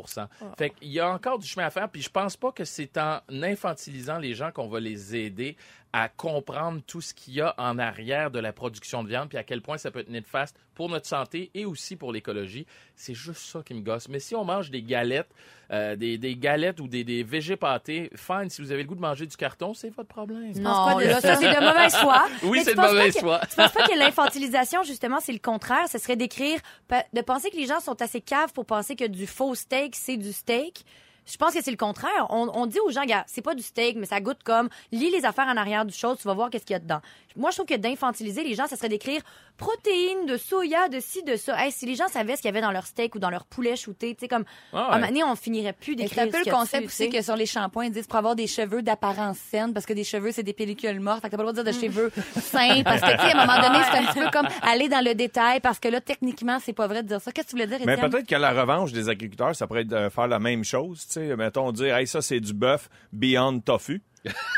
Speaker 3: Fait qu'il y a encore du chemin à faire, puis je pense pas que c'est en infantilisant les gens qu'on va les aider à comprendre tout ce qu'il y a en arrière de la production de viande, puis à quel point ça peut tenir de face pour notre santé et aussi pour l'écologie. C'est juste ça qui me gosse. Mais si on mange des galettes, euh, des, des galettes ou des, des végé pâtés, fine, si vous avez le goût de manger du carton, c'est votre problème.
Speaker 5: Non,
Speaker 2: de-
Speaker 5: là, ça, c'est de mauvaise foi.
Speaker 3: Oui,
Speaker 5: Mais
Speaker 3: c'est
Speaker 5: tu
Speaker 3: de
Speaker 5: penses pas
Speaker 3: mauvaise
Speaker 5: que-
Speaker 3: foi.
Speaker 5: Tu penses pas que l'infantilisation, justement, c'est le contraire? Ce serait d'écrire, pe- de penser que les gens sont assez caves pour penser que du faux steak, c'est du steak. Je pense que c'est le contraire. On, on dit aux gens, gars, c'est pas du steak, mais ça goûte comme, lis les affaires en arrière du chose, tu vas voir qu'est-ce qu'il y a dedans. Je Moi, je trouve que d'infantiliser les gens, ça serait d'écrire protéines de soya, de ci, de ça. Hey, si les gens savaient ce qu'il y avait dans leur steak ou dans leur poulet shooté, tu sais, comme,
Speaker 3: Ah
Speaker 5: à
Speaker 3: ouais.
Speaker 5: un moment donné, on finirait plus
Speaker 2: Et C'est
Speaker 5: d'écrire.
Speaker 2: un peu
Speaker 5: ce qu'il
Speaker 2: le
Speaker 5: y a
Speaker 2: concept
Speaker 5: dessus,
Speaker 2: aussi
Speaker 5: tu sais.
Speaker 2: que sur les shampoings, ils disent pour avoir des cheveux d'apparence saine, parce que des cheveux, c'est des pellicules mortes. Fait que t'as pas le droit de dire de cheveux sains. Parce que, tu sais, à un moment donné, c'est un petit peu comme aller dans le détail, parce que là, techniquement, c'est pas vrai de dire ça. Qu'est-ce que tu voulais dire,
Speaker 4: Mais
Speaker 2: Étienne?
Speaker 4: peut-être que la revanche des agriculteurs, ça pourrait être de faire la même chose. Tu sais, mettons, dire, hey, ça, c'est du bœuf Beyond Tofu.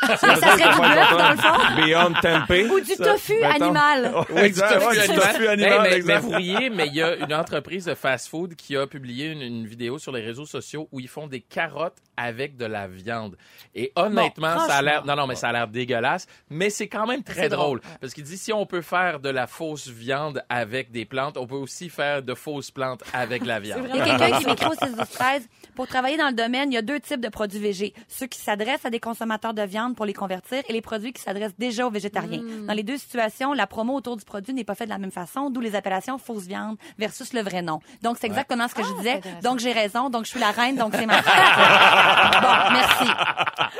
Speaker 4: ça serait
Speaker 5: du bœuf, dans le fond?
Speaker 4: Beyond Tempeh.
Speaker 5: Ou du
Speaker 4: Ça,
Speaker 5: tofu
Speaker 4: mettons.
Speaker 5: animal.
Speaker 4: Ouais, exact, ouais, du tofu
Speaker 3: Hey,
Speaker 4: animal.
Speaker 3: mais, mais
Speaker 4: exact.
Speaker 3: vous riez, mais il y a une entreprise de fast-food qui a publié une, une vidéo sur les réseaux sociaux où ils font des carottes avec de la viande. Et honnêtement, ça a l'air, non, non, mais ça a l'air dégueulasse, mais c'est quand même très drôle. Parce qu'il dit, si on peut faire de la fausse viande avec des plantes, on peut aussi faire de fausses plantes avec la viande.
Speaker 2: Il y a quelqu'un qui m'écrit au 613 pour travailler dans le domaine, il y a deux types de produits végés. Ceux qui s'adressent à des consommateurs de viande pour les convertir et les produits qui s'adressent déjà aux végétariens. Dans les deux situations, la promo autour du produit n'est pas faite de la même façon, d'où les appellations fausse viande versus le vrai nom. Donc, Ah, c'est exactement ce que je disais. Donc, j'ai raison. Donc, je suis la reine. Donc, c'est ma faute. Bon, merci.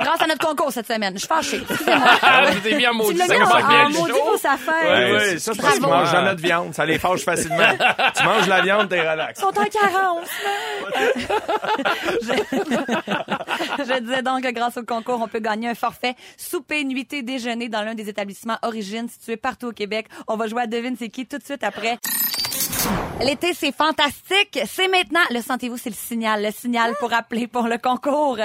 Speaker 2: Grâce à notre concours cette semaine. Je suis fâchée. Excusez-moi.
Speaker 3: Ah, je t'ai mis en
Speaker 2: Tu
Speaker 3: maudit,
Speaker 2: l'as
Speaker 3: ça
Speaker 2: mis en,
Speaker 3: commence à bien
Speaker 2: en
Speaker 3: le
Speaker 2: maudit
Speaker 3: show.
Speaker 2: pour sa fête.
Speaker 4: Ouais,
Speaker 3: Ouais,
Speaker 4: ouais, ça, c'est parce qu'ils
Speaker 2: Bravo.
Speaker 4: mangent jamais de viande. Ça les fâche facilement. tu manges la viande, t'es relax.
Speaker 2: Ils sont en carence. je... je disais donc que grâce au concours, on peut gagner un forfait souper, nuitée, déjeuner dans l'un des établissements Origine situés partout au Québec. On va jouer à Devine c'est qui tout de suite après. L'été, c'est fantastique. C'est maintenant. Le sentez-vous, c'est le signal. Le signal pour appeler pour le concours.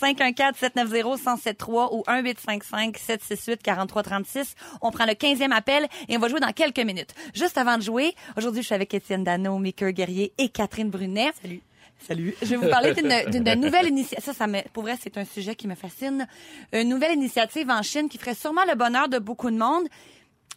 Speaker 2: 514-790-1073 ou 1855-768-4336. On prend le 15e appel et on va jouer dans quelques minutes. Juste avant de jouer, aujourd'hui, je suis avec Étienne Dano, Mickey Guerrier et Catherine Brunet. Salut. Salut. Je vais vous parler d'une- d'une d'une nouvelle initiative. Ça, ça me, pour vrai, c'est un sujet qui me fascine. Une nouvelle initiative en Chine qui ferait sûrement le bonheur de beaucoup de monde.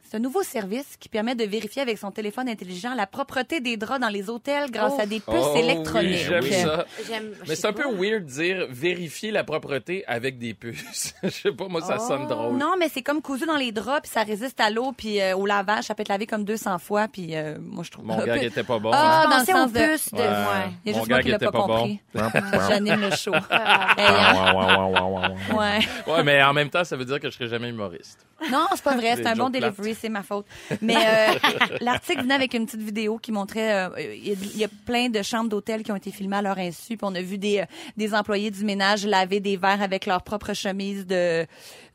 Speaker 2: C'est un nouveau service qui permet de vérifier avec son téléphone intelligent la propreté des draps dans les hôtels grâce à des puces
Speaker 3: Oh, oui,
Speaker 2: électroniques.
Speaker 3: j'aime ça.
Speaker 5: J'aime- je
Speaker 3: Mais
Speaker 5: sais
Speaker 3: c'est un
Speaker 5: pas.
Speaker 3: peu weird de dire vérifier la propreté avec des puces. Je sais pas, moi, ça sonne drôle.
Speaker 2: Non, mais c'est comme cousu dans les draps, puis ça résiste à l'eau, puis euh, au lavage, ça peut être lavé comme 200 fois, puis euh, moi, je trouve...
Speaker 3: Mon
Speaker 2: Un
Speaker 3: gag
Speaker 2: peu-
Speaker 3: était pas bon. hein.
Speaker 2: Ah,
Speaker 5: Je
Speaker 2: dans le
Speaker 5: pensais
Speaker 2: sens
Speaker 5: aux
Speaker 2: de-
Speaker 5: puces de-
Speaker 2: Il
Speaker 5: ouais.
Speaker 2: y a
Speaker 3: Mon
Speaker 2: juste moi
Speaker 3: gag
Speaker 2: qui l'ai
Speaker 3: était
Speaker 2: pas,
Speaker 3: pas bon. Ah,
Speaker 2: compris. J'anime le show. Hey, hein? Ouais.
Speaker 3: Ouais, mais en même temps, ça veut dire que je serai jamais humoriste.
Speaker 2: Non, c'est pas vrai. C'est
Speaker 3: Des
Speaker 2: un bon
Speaker 3: jokes plates.
Speaker 2: delivery, c'est ma faute. Mais euh, l'article venait avec une petite vidéo qui montrait euh, il y a- il y, a plein de chambres d'hôtel qui ont été filmées à leur insu. Puis on a vu des euh, des employés du ménage laver des verres avec leur propre chemise de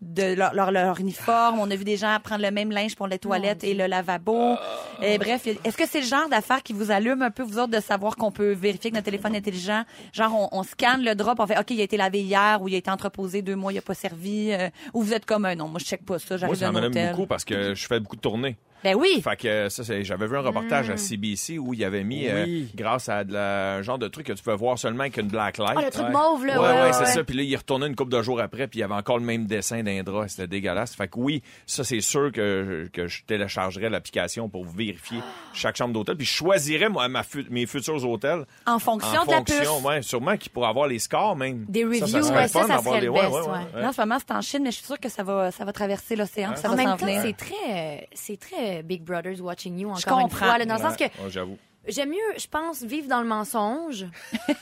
Speaker 2: de leur, leur, leur uniforme. On a vu des gens prendre le même linge pour les toilettes et le lavabo.
Speaker 3: Ah.
Speaker 2: Et bref, il y a- est-ce que c'est le genre d'affaire qui vous allume un peu vous autres de savoir qu'on peut vérifier que notre téléphone intelligent, genre on, on scanne le drop, on fait ok il a été lavé hier ou il a été entreposé deux mois, il a pas servi. euh, ou vous êtes comme un non, moi je check pas ça,
Speaker 4: Moi,
Speaker 2: j'arrive
Speaker 4: ça
Speaker 2: d'un
Speaker 4: m'aime
Speaker 2: hôtel.
Speaker 4: beaucoup parce que je fais beaucoup de tournées.
Speaker 2: Ben oui.
Speaker 4: Fait que ça, c'est- j'avais vu un reportage à CBC où il avait mis, euh,
Speaker 3: Oui.
Speaker 4: grâce à de la- un genre de truc que tu peux voir seulement avec une black light.
Speaker 5: Ah, le truc mauve,
Speaker 4: Ouais,
Speaker 5: là.
Speaker 4: ouais, c'est ça. Puis là, il retournait une couple de jours après, puis il y avait encore le même dessin d'un drap. C'était dégueulasse. Fait que oui, ça, c'est sûr que, que je téléchargerais l'application pour vérifier chaque chambre d'hôtel. Puis je choisirais, moi, ma fu- mes futurs hôtels
Speaker 2: En fonction
Speaker 4: en
Speaker 2: de la
Speaker 4: fonction,
Speaker 2: puce.
Speaker 4: ouais, sûrement qu'il pourrait avoir les scores même.
Speaker 5: Des
Speaker 4: Ça,
Speaker 5: reviews,
Speaker 4: serait
Speaker 5: ouais,
Speaker 4: le fun
Speaker 5: ça, ça
Speaker 4: d'avoir
Speaker 5: serait
Speaker 4: des-
Speaker 5: le
Speaker 4: ouais,
Speaker 5: best,
Speaker 4: ouais, ouais,
Speaker 5: ouais.
Speaker 4: ouais.
Speaker 2: Là, en ce moment, c'est en Chine, mais je suis sûre que ça va, ça va traverser l'océan, puis ça
Speaker 5: En
Speaker 2: va s'en
Speaker 5: même temps,
Speaker 2: venir.
Speaker 5: c'est
Speaker 2: euh,
Speaker 5: très, c'est très Big Brother's Watching You encore
Speaker 2: Je
Speaker 5: une
Speaker 2: comprends.
Speaker 5: fois. là, dans le sens que
Speaker 4: Ouais, ouais, j'avoue.
Speaker 5: j'aime mieux, je pense, vivre dans le mensonge.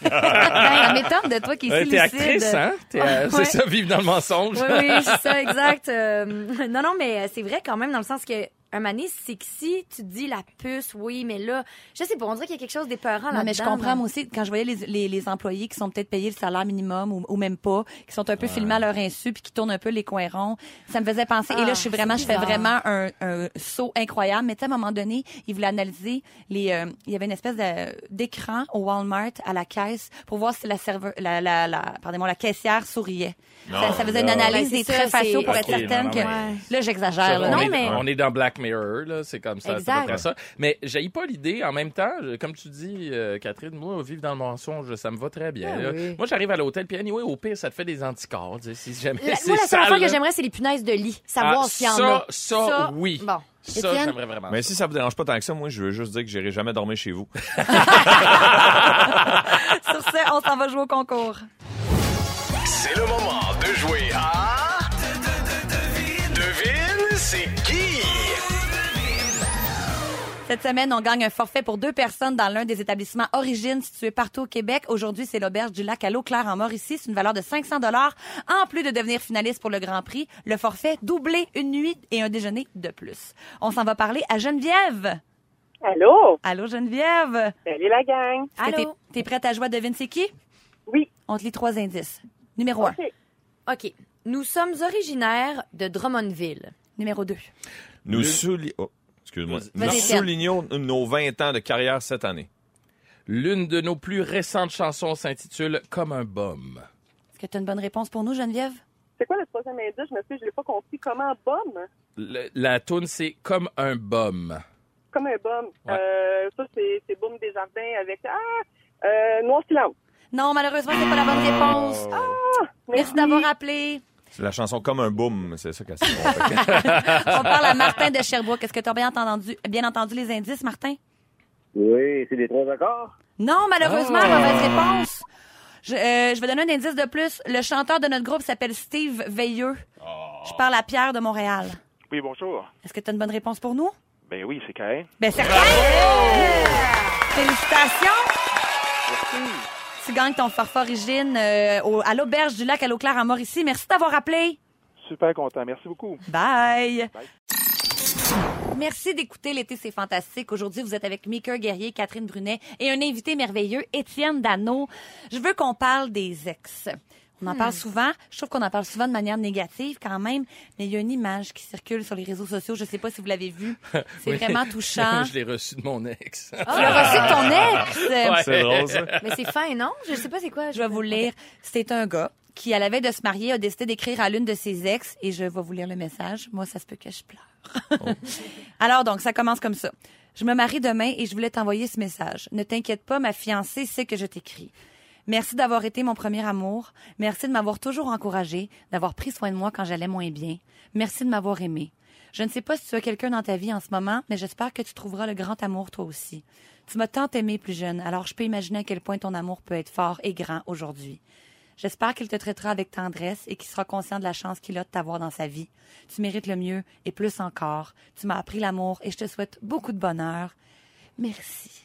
Speaker 2: Ben, ça m'étonne de toi qui est
Speaker 3: Euh,
Speaker 2: si
Speaker 3: T'es
Speaker 2: lucide.
Speaker 3: actrice, hein? T'es, euh,
Speaker 5: Ouais.
Speaker 3: C'est ça, vivre dans le mensonge.
Speaker 5: Oui, oui, c'est ça, exact. Euh, non, non, mais euh, c'est vrai quand même, dans le sens que un mané, c'est que si tu dis la puce, oui, mais là, je sais pas, on dirait qu'il y a quelque chose d'épeurant là-dedans.
Speaker 2: Non, mais je
Speaker 5: là.
Speaker 2: comprends, moi aussi, quand je voyais les, les, les employés qui sont peut-être payés le salaire minimum ou, ou même pas, qui sont un peu filmés à leur insu puis qui tournent un peu les coins ronds, ça me faisait penser. et là,
Speaker 5: Ah,
Speaker 2: je suis vraiment, je
Speaker 5: c'est
Speaker 2: fais
Speaker 5: bizarre.
Speaker 2: vraiment un, un saut incroyable. Mais tu sais, à un moment donné, ils voulaient analyser les, euh, il y avait une espèce de- d'écran au Walmart à la caisse pour voir si la serveur, la, la, la, pardonnez-moi, la caissière souriait. ça, ça faisait une
Speaker 4: là.
Speaker 2: analyse
Speaker 5: Ben,
Speaker 2: des
Speaker 5: c'est
Speaker 2: traits
Speaker 5: ça,
Speaker 2: faciaux
Speaker 5: c'est-
Speaker 2: pour
Speaker 3: Ok,
Speaker 2: être certaine
Speaker 3: non, non,
Speaker 2: que,
Speaker 5: mais-
Speaker 2: là, j'exagère, là.
Speaker 3: on,
Speaker 5: Euh, Non,
Speaker 3: est,
Speaker 5: mais-
Speaker 3: on est dans Black Mirror, là, c'est comme ça, c'est à
Speaker 5: Exact.
Speaker 3: peu près ça. Mais j'ai pas l'idée. En même temps, je- comme tu dis, euh, Catherine, moi, vivre dans le mensonge, ça me va très bien.
Speaker 5: Ah
Speaker 3: là.
Speaker 5: oui.
Speaker 3: Moi, j'arrive à l'hôtel, puis anyway, au pire, ça te fait des anticorps. tu sais, Si jamais
Speaker 5: La-
Speaker 3: c'est
Speaker 5: moi, la seule
Speaker 3: sale,
Speaker 5: affaire que
Speaker 3: là.
Speaker 5: j'aimerais, c'est les punaises de lit.
Speaker 3: Ah,
Speaker 5: Savoir s'il y en
Speaker 3: ça,
Speaker 5: a.
Speaker 3: ça, oui.
Speaker 5: Bon.
Speaker 3: Ça,
Speaker 5: Étienne?
Speaker 3: j'aimerais vraiment.
Speaker 4: Mais si ça vous dérange pas tant que ça, moi, je veux juste dire que j'irai jamais dormir chez vous.
Speaker 2: Sur ce, on s'en va jouer au concours.
Speaker 1: C'est le moment de jouer à. Devine, c'est qui?
Speaker 2: Cette semaine, on gagne un forfait pour deux personnes dans l'un des établissements Origine situés partout au Québec. Aujourd'hui, c'est l'auberge du lac à l'eau claire en Mauricie. C'est une valeur de 500 dollars. En plus de devenir finaliste pour le Grand Prix, le forfait doublé une nuit et un déjeuner de plus. On s'en va parler à Geneviève.
Speaker 7: Allô?
Speaker 2: Allô Geneviève.
Speaker 7: Salut la gang.
Speaker 2: Est-ce que T'es, t'es prête à jouer à devine c'est qui?
Speaker 7: Oui.
Speaker 2: On te lit trois indices. Numéro un,
Speaker 7: OK.
Speaker 5: OK. Nous sommes originaires de Drummondville.
Speaker 2: numéro deux,
Speaker 4: Nous, souli- oh, excuse-moi.
Speaker 2: Vas-y,
Speaker 4: Nous
Speaker 2: Étienne.
Speaker 4: soulignons nos 20 ans de carrière cette année.
Speaker 3: L'une de nos plus récentes chansons s'intitule Comme un bum.
Speaker 2: Est-ce que t'as une bonne réponse pour nous, Geneviève?
Speaker 7: C'est quoi le troisième indice? Je me suis, je l'ai pas compris. Comment bombe?
Speaker 3: Le- la toune, c'est Comme un bum.
Speaker 7: Comme un bombe.
Speaker 3: Ouais.
Speaker 7: Euh, ça, c'est, c'est boom des jardins avec. Ah! Euh, noir silence.
Speaker 2: Non, malheureusement, c'est pas la bonne réponse.
Speaker 8: Ah!
Speaker 7: Ah!
Speaker 2: Merci d'avoir appelé.
Speaker 4: C'est la chanson Comme un boom, c'est ça qu'elle s'est
Speaker 2: On parle à Martin de Sherbrooke. Est-ce que tu as bien entendu, bien entendu les indices, Martin?
Speaker 8: Oui, c'est des trois accords. Ah!
Speaker 2: Non, malheureusement, mauvaise réponse. Je, euh, je vais donner un indice de plus. Le chanteur de notre groupe s'appelle Steve Veilleux.
Speaker 8: Ah!
Speaker 2: Je parle à Pierre de Montréal.
Speaker 9: Oui, bonjour.
Speaker 2: Est-ce que tu as une bonne réponse pour nous?
Speaker 9: Ben oui, c'est carré.
Speaker 2: Ben certain! Félicitations! Tu gagnes ton forfait origine euh, au- à l'auberge du lac à l'eau claire en Mauricie. Merci d'avoir appelé.
Speaker 9: Super content. Merci beaucoup.
Speaker 2: Bye. Merci d'écouter L'été, c'est fantastique. Aujourd'hui, vous êtes avec Mika Guerrier, Catherine Brunet et un invité merveilleux, Étienne Dano. Je veux qu'on parle des ex. On en
Speaker 3: Hmm.
Speaker 2: parle souvent. Je trouve qu'on en parle souvent de manière négative quand même, mais il y a une image qui circule sur les réseaux sociaux. Je sais pas si vous l'avez vue. C'est
Speaker 3: Oui.
Speaker 2: vraiment touchant.
Speaker 3: je l'ai reçu de mon ex.
Speaker 5: Ah,
Speaker 2: Tu l'as reçu de ton ex. euh,
Speaker 3: Ouais.
Speaker 4: C'est drôle, ça.
Speaker 5: Mais c'est fin, non? Je sais pas c'est quoi.
Speaker 2: Je vais vous lire. C'est un gars qui, à la veille de se marier, a décidé d'écrire à l'une de ses ex et je vais vous lire le message. Moi, ça se peut que je pleure. Alors, donc, ça commence comme ça. Je me marie demain et je voulais t'envoyer ce message. Ne t'inquiète pas, ma fiancée sait que je t'écris. Merci d'avoir été mon premier amour. Merci de m'avoir toujours encouragé, d'avoir pris soin de moi quand j'allais moins bien. Merci de m'avoir aimé. Je ne sais pas si tu as quelqu'un dans ta vie en ce moment, mais j'espère que tu trouveras le grand amour toi aussi. Tu m'as tant aimé plus jeune, alors je peux imaginer à quel point ton amour peut être fort et grand aujourd'hui. J'espère qu'il te traitera avec tendresse et qu'il sera conscient de la chance qu'il a de t'avoir dans sa vie. Tu mérites le mieux et plus encore. Tu m'as appris l'amour et je te souhaite beaucoup de bonheur. Merci.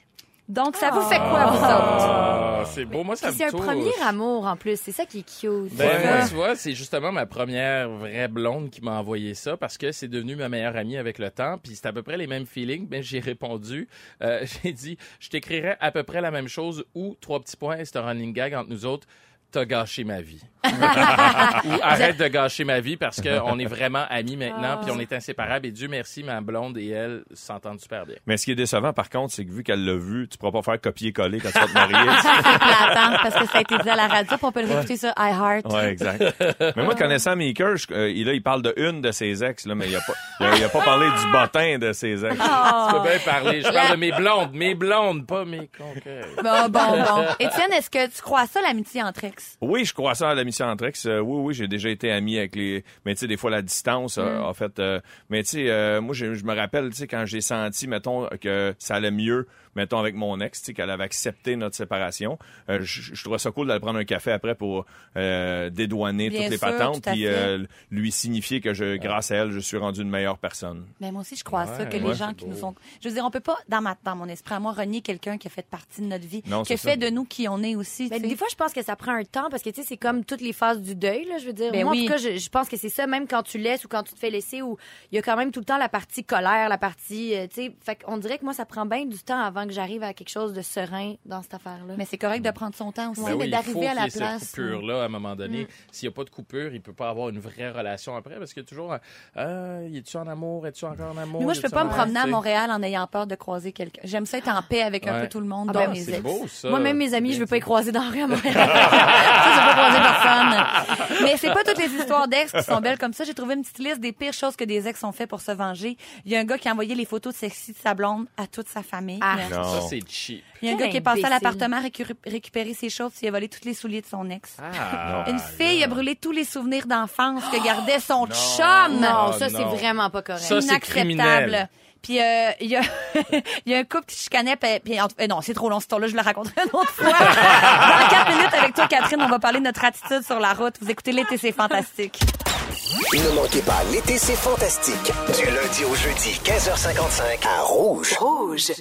Speaker 2: Donc, ça vous fait quoi, vous autres?
Speaker 3: Ah, c'est beau. Moi, ça
Speaker 5: Puis
Speaker 3: me
Speaker 5: C'est un
Speaker 3: touche.
Speaker 5: premier amour en plus, c'est ça qui est cute.
Speaker 3: Ben,
Speaker 4: Ouais.
Speaker 3: moi, tu vois, c'est justement ma première vraie blonde qui m'a envoyé ça parce que c'est devenu ma meilleure amie avec le temps. Puis c'est à peu près les mêmes feelings, mais j'ai répondu. euh, j'ai dit, je t'écrirai à peu près la même chose ou trois petits points et c'est un running gag entre nous autres. T'as gâché ma vie. Ou arrête de gâcher ma vie parce qu'on est vraiment amis maintenant,
Speaker 5: Ah.
Speaker 3: puis on est inséparables. Et Dieu merci, ma blonde et elle s'entendent super bien.
Speaker 4: Mais ce qui est décevant, par contre, c'est que vu qu'elle l'a vu, tu pourras pas faire copier-coller quand tu vas te marier.
Speaker 2: C'est platant parce que ça a été dit à la radio, puis on peut le réécouter sur iHeart.
Speaker 4: Ouais, exact. Mais moi, connaissant Maker, je, euh, il, là, il parle de une de ses ex, là, mais il a pas, il a, il a pas parlé du bottin de ses ex.
Speaker 2: Ah!
Speaker 3: Tu peux bien parler. Je parle de mes blondes, mes blondes, pas mes conquêtes.
Speaker 2: Bon, bon, bon. Étienne, est-ce que tu crois à ça, l'amitié entre ex?
Speaker 4: Oui, je crois ça à l'amitié entre ex. Euh, oui, oui, j'ai déjà été ami avec les. Mais tu sais, des fois la distance, euh,
Speaker 2: Mm.
Speaker 4: en fait. euh, mais tu sais, euh, moi, j'ai- je me rappelle, tu sais, quand j'ai senti, mettons, que ça allait mieux, mettons avec mon ex, tu sais, qu'elle avait accepté notre séparation. euh, je je trouvais ça cool d'aller prendre un café après pour euh, dédouaner
Speaker 2: Bien
Speaker 4: toutes les
Speaker 2: sûr,
Speaker 4: patentes,
Speaker 2: tout à
Speaker 4: puis
Speaker 2: fait.
Speaker 4: euh, lui signifier que je, grâce à elle, je suis rendu une meilleure personne.
Speaker 2: Mais moi aussi, je crois à ça,
Speaker 3: Ouais,
Speaker 2: que
Speaker 3: ouais,
Speaker 2: les gens
Speaker 3: c'est
Speaker 2: qui
Speaker 3: beau.
Speaker 2: nous ont... Je veux dire, on peut pas, dans, ma, dans mon esprit, à moi, renier quelqu'un qui a fait partie de notre vie,
Speaker 4: Non,
Speaker 2: qui a
Speaker 4: c'est
Speaker 2: fait de
Speaker 4: ça.
Speaker 2: nous qui on est aussi.
Speaker 5: Ben,
Speaker 2: tu sais.
Speaker 5: des fois, je pense que ça prend un temps parce que tu sais, c'est comme toutes les phases du deuil. Là, je veux dire,
Speaker 2: Ben
Speaker 5: moi,
Speaker 2: oui.
Speaker 5: en tout cas, je, je pense que c'est ça. Même quand tu laisses ou quand tu te fais laisser, ou il y a quand même tout le temps la partie colère, la partie, euh, tu sais. Fait qu'on dirait que moi, ça prend bien du temps avant que j'arrive à quelque chose de serein dans cette affaire-là.
Speaker 2: Mais c'est correct de prendre son temps aussi,
Speaker 3: Ben
Speaker 2: mais
Speaker 3: oui, il faut
Speaker 2: d'arriver à la
Speaker 3: qu'il y ait
Speaker 2: place. hein. Mm.
Speaker 3: Cette coupure-là, à un moment donné, s'il n'y a pas de coupure, il peut pas avoir une vraie relation après parce qu'il y a toujours un, Ah, es-tu en amour, es-tu encore en amour?
Speaker 2: Mais moi, je peux
Speaker 3: Es-tu
Speaker 2: pas
Speaker 3: en
Speaker 2: me
Speaker 3: amour?
Speaker 2: promener à
Speaker 3: Tu sais.
Speaker 2: Montréal en ayant peur de croiser quelqu'un. J'aime ça être en paix avec un
Speaker 3: Ouais.
Speaker 2: peu tout le monde,
Speaker 5: Ah
Speaker 2: dont
Speaker 5: ben,
Speaker 2: mes
Speaker 3: C'est
Speaker 2: ex.
Speaker 3: beau, ça.
Speaker 5: Moi, même mes amis, je veux pas y croiser dans la rue à Montréal.
Speaker 2: Ça, j'ai pas croisé personne. Mais c'est pas toutes les histoires d'ex qui sont belles comme ça. J'ai trouvé une petite liste des pires choses que des ex ont fait pour se venger. Il y a un gars qui a envoyé les photos de sexy de sa blonde à toute sa famille.
Speaker 5: Ah.
Speaker 4: Non.
Speaker 3: Ça, c'est cheap.
Speaker 2: Il y a un
Speaker 5: Quel
Speaker 2: gars qui est passé à
Speaker 5: imbécile.
Speaker 2: l'appartement récu- récupérer ses choses, puis il a volé tous les souliers de son ex.
Speaker 3: Ah,
Speaker 2: Une fille a brûlé tous les souvenirs d'enfance que gardait son
Speaker 5: non,
Speaker 2: chum.
Speaker 3: Ah,
Speaker 5: ça, c'est
Speaker 3: non.
Speaker 5: vraiment pas correct.
Speaker 3: Ça, c'est criminel.
Speaker 2: Puis euh, il y, a, il y a un couple qui chicanait. Puis, puis en- eh non, c'est trop long ce temps-là, je le raconterai une autre fois. Dans 4 minutes avec toi, Catherine, on va parler de notre attitude sur la route. Vous écoutez l'été, c'est fantastique.
Speaker 1: Ne manquez pas, l'été, c'est fantastique. Du lundi au jeudi, 15h55 à Rouge. Rouge.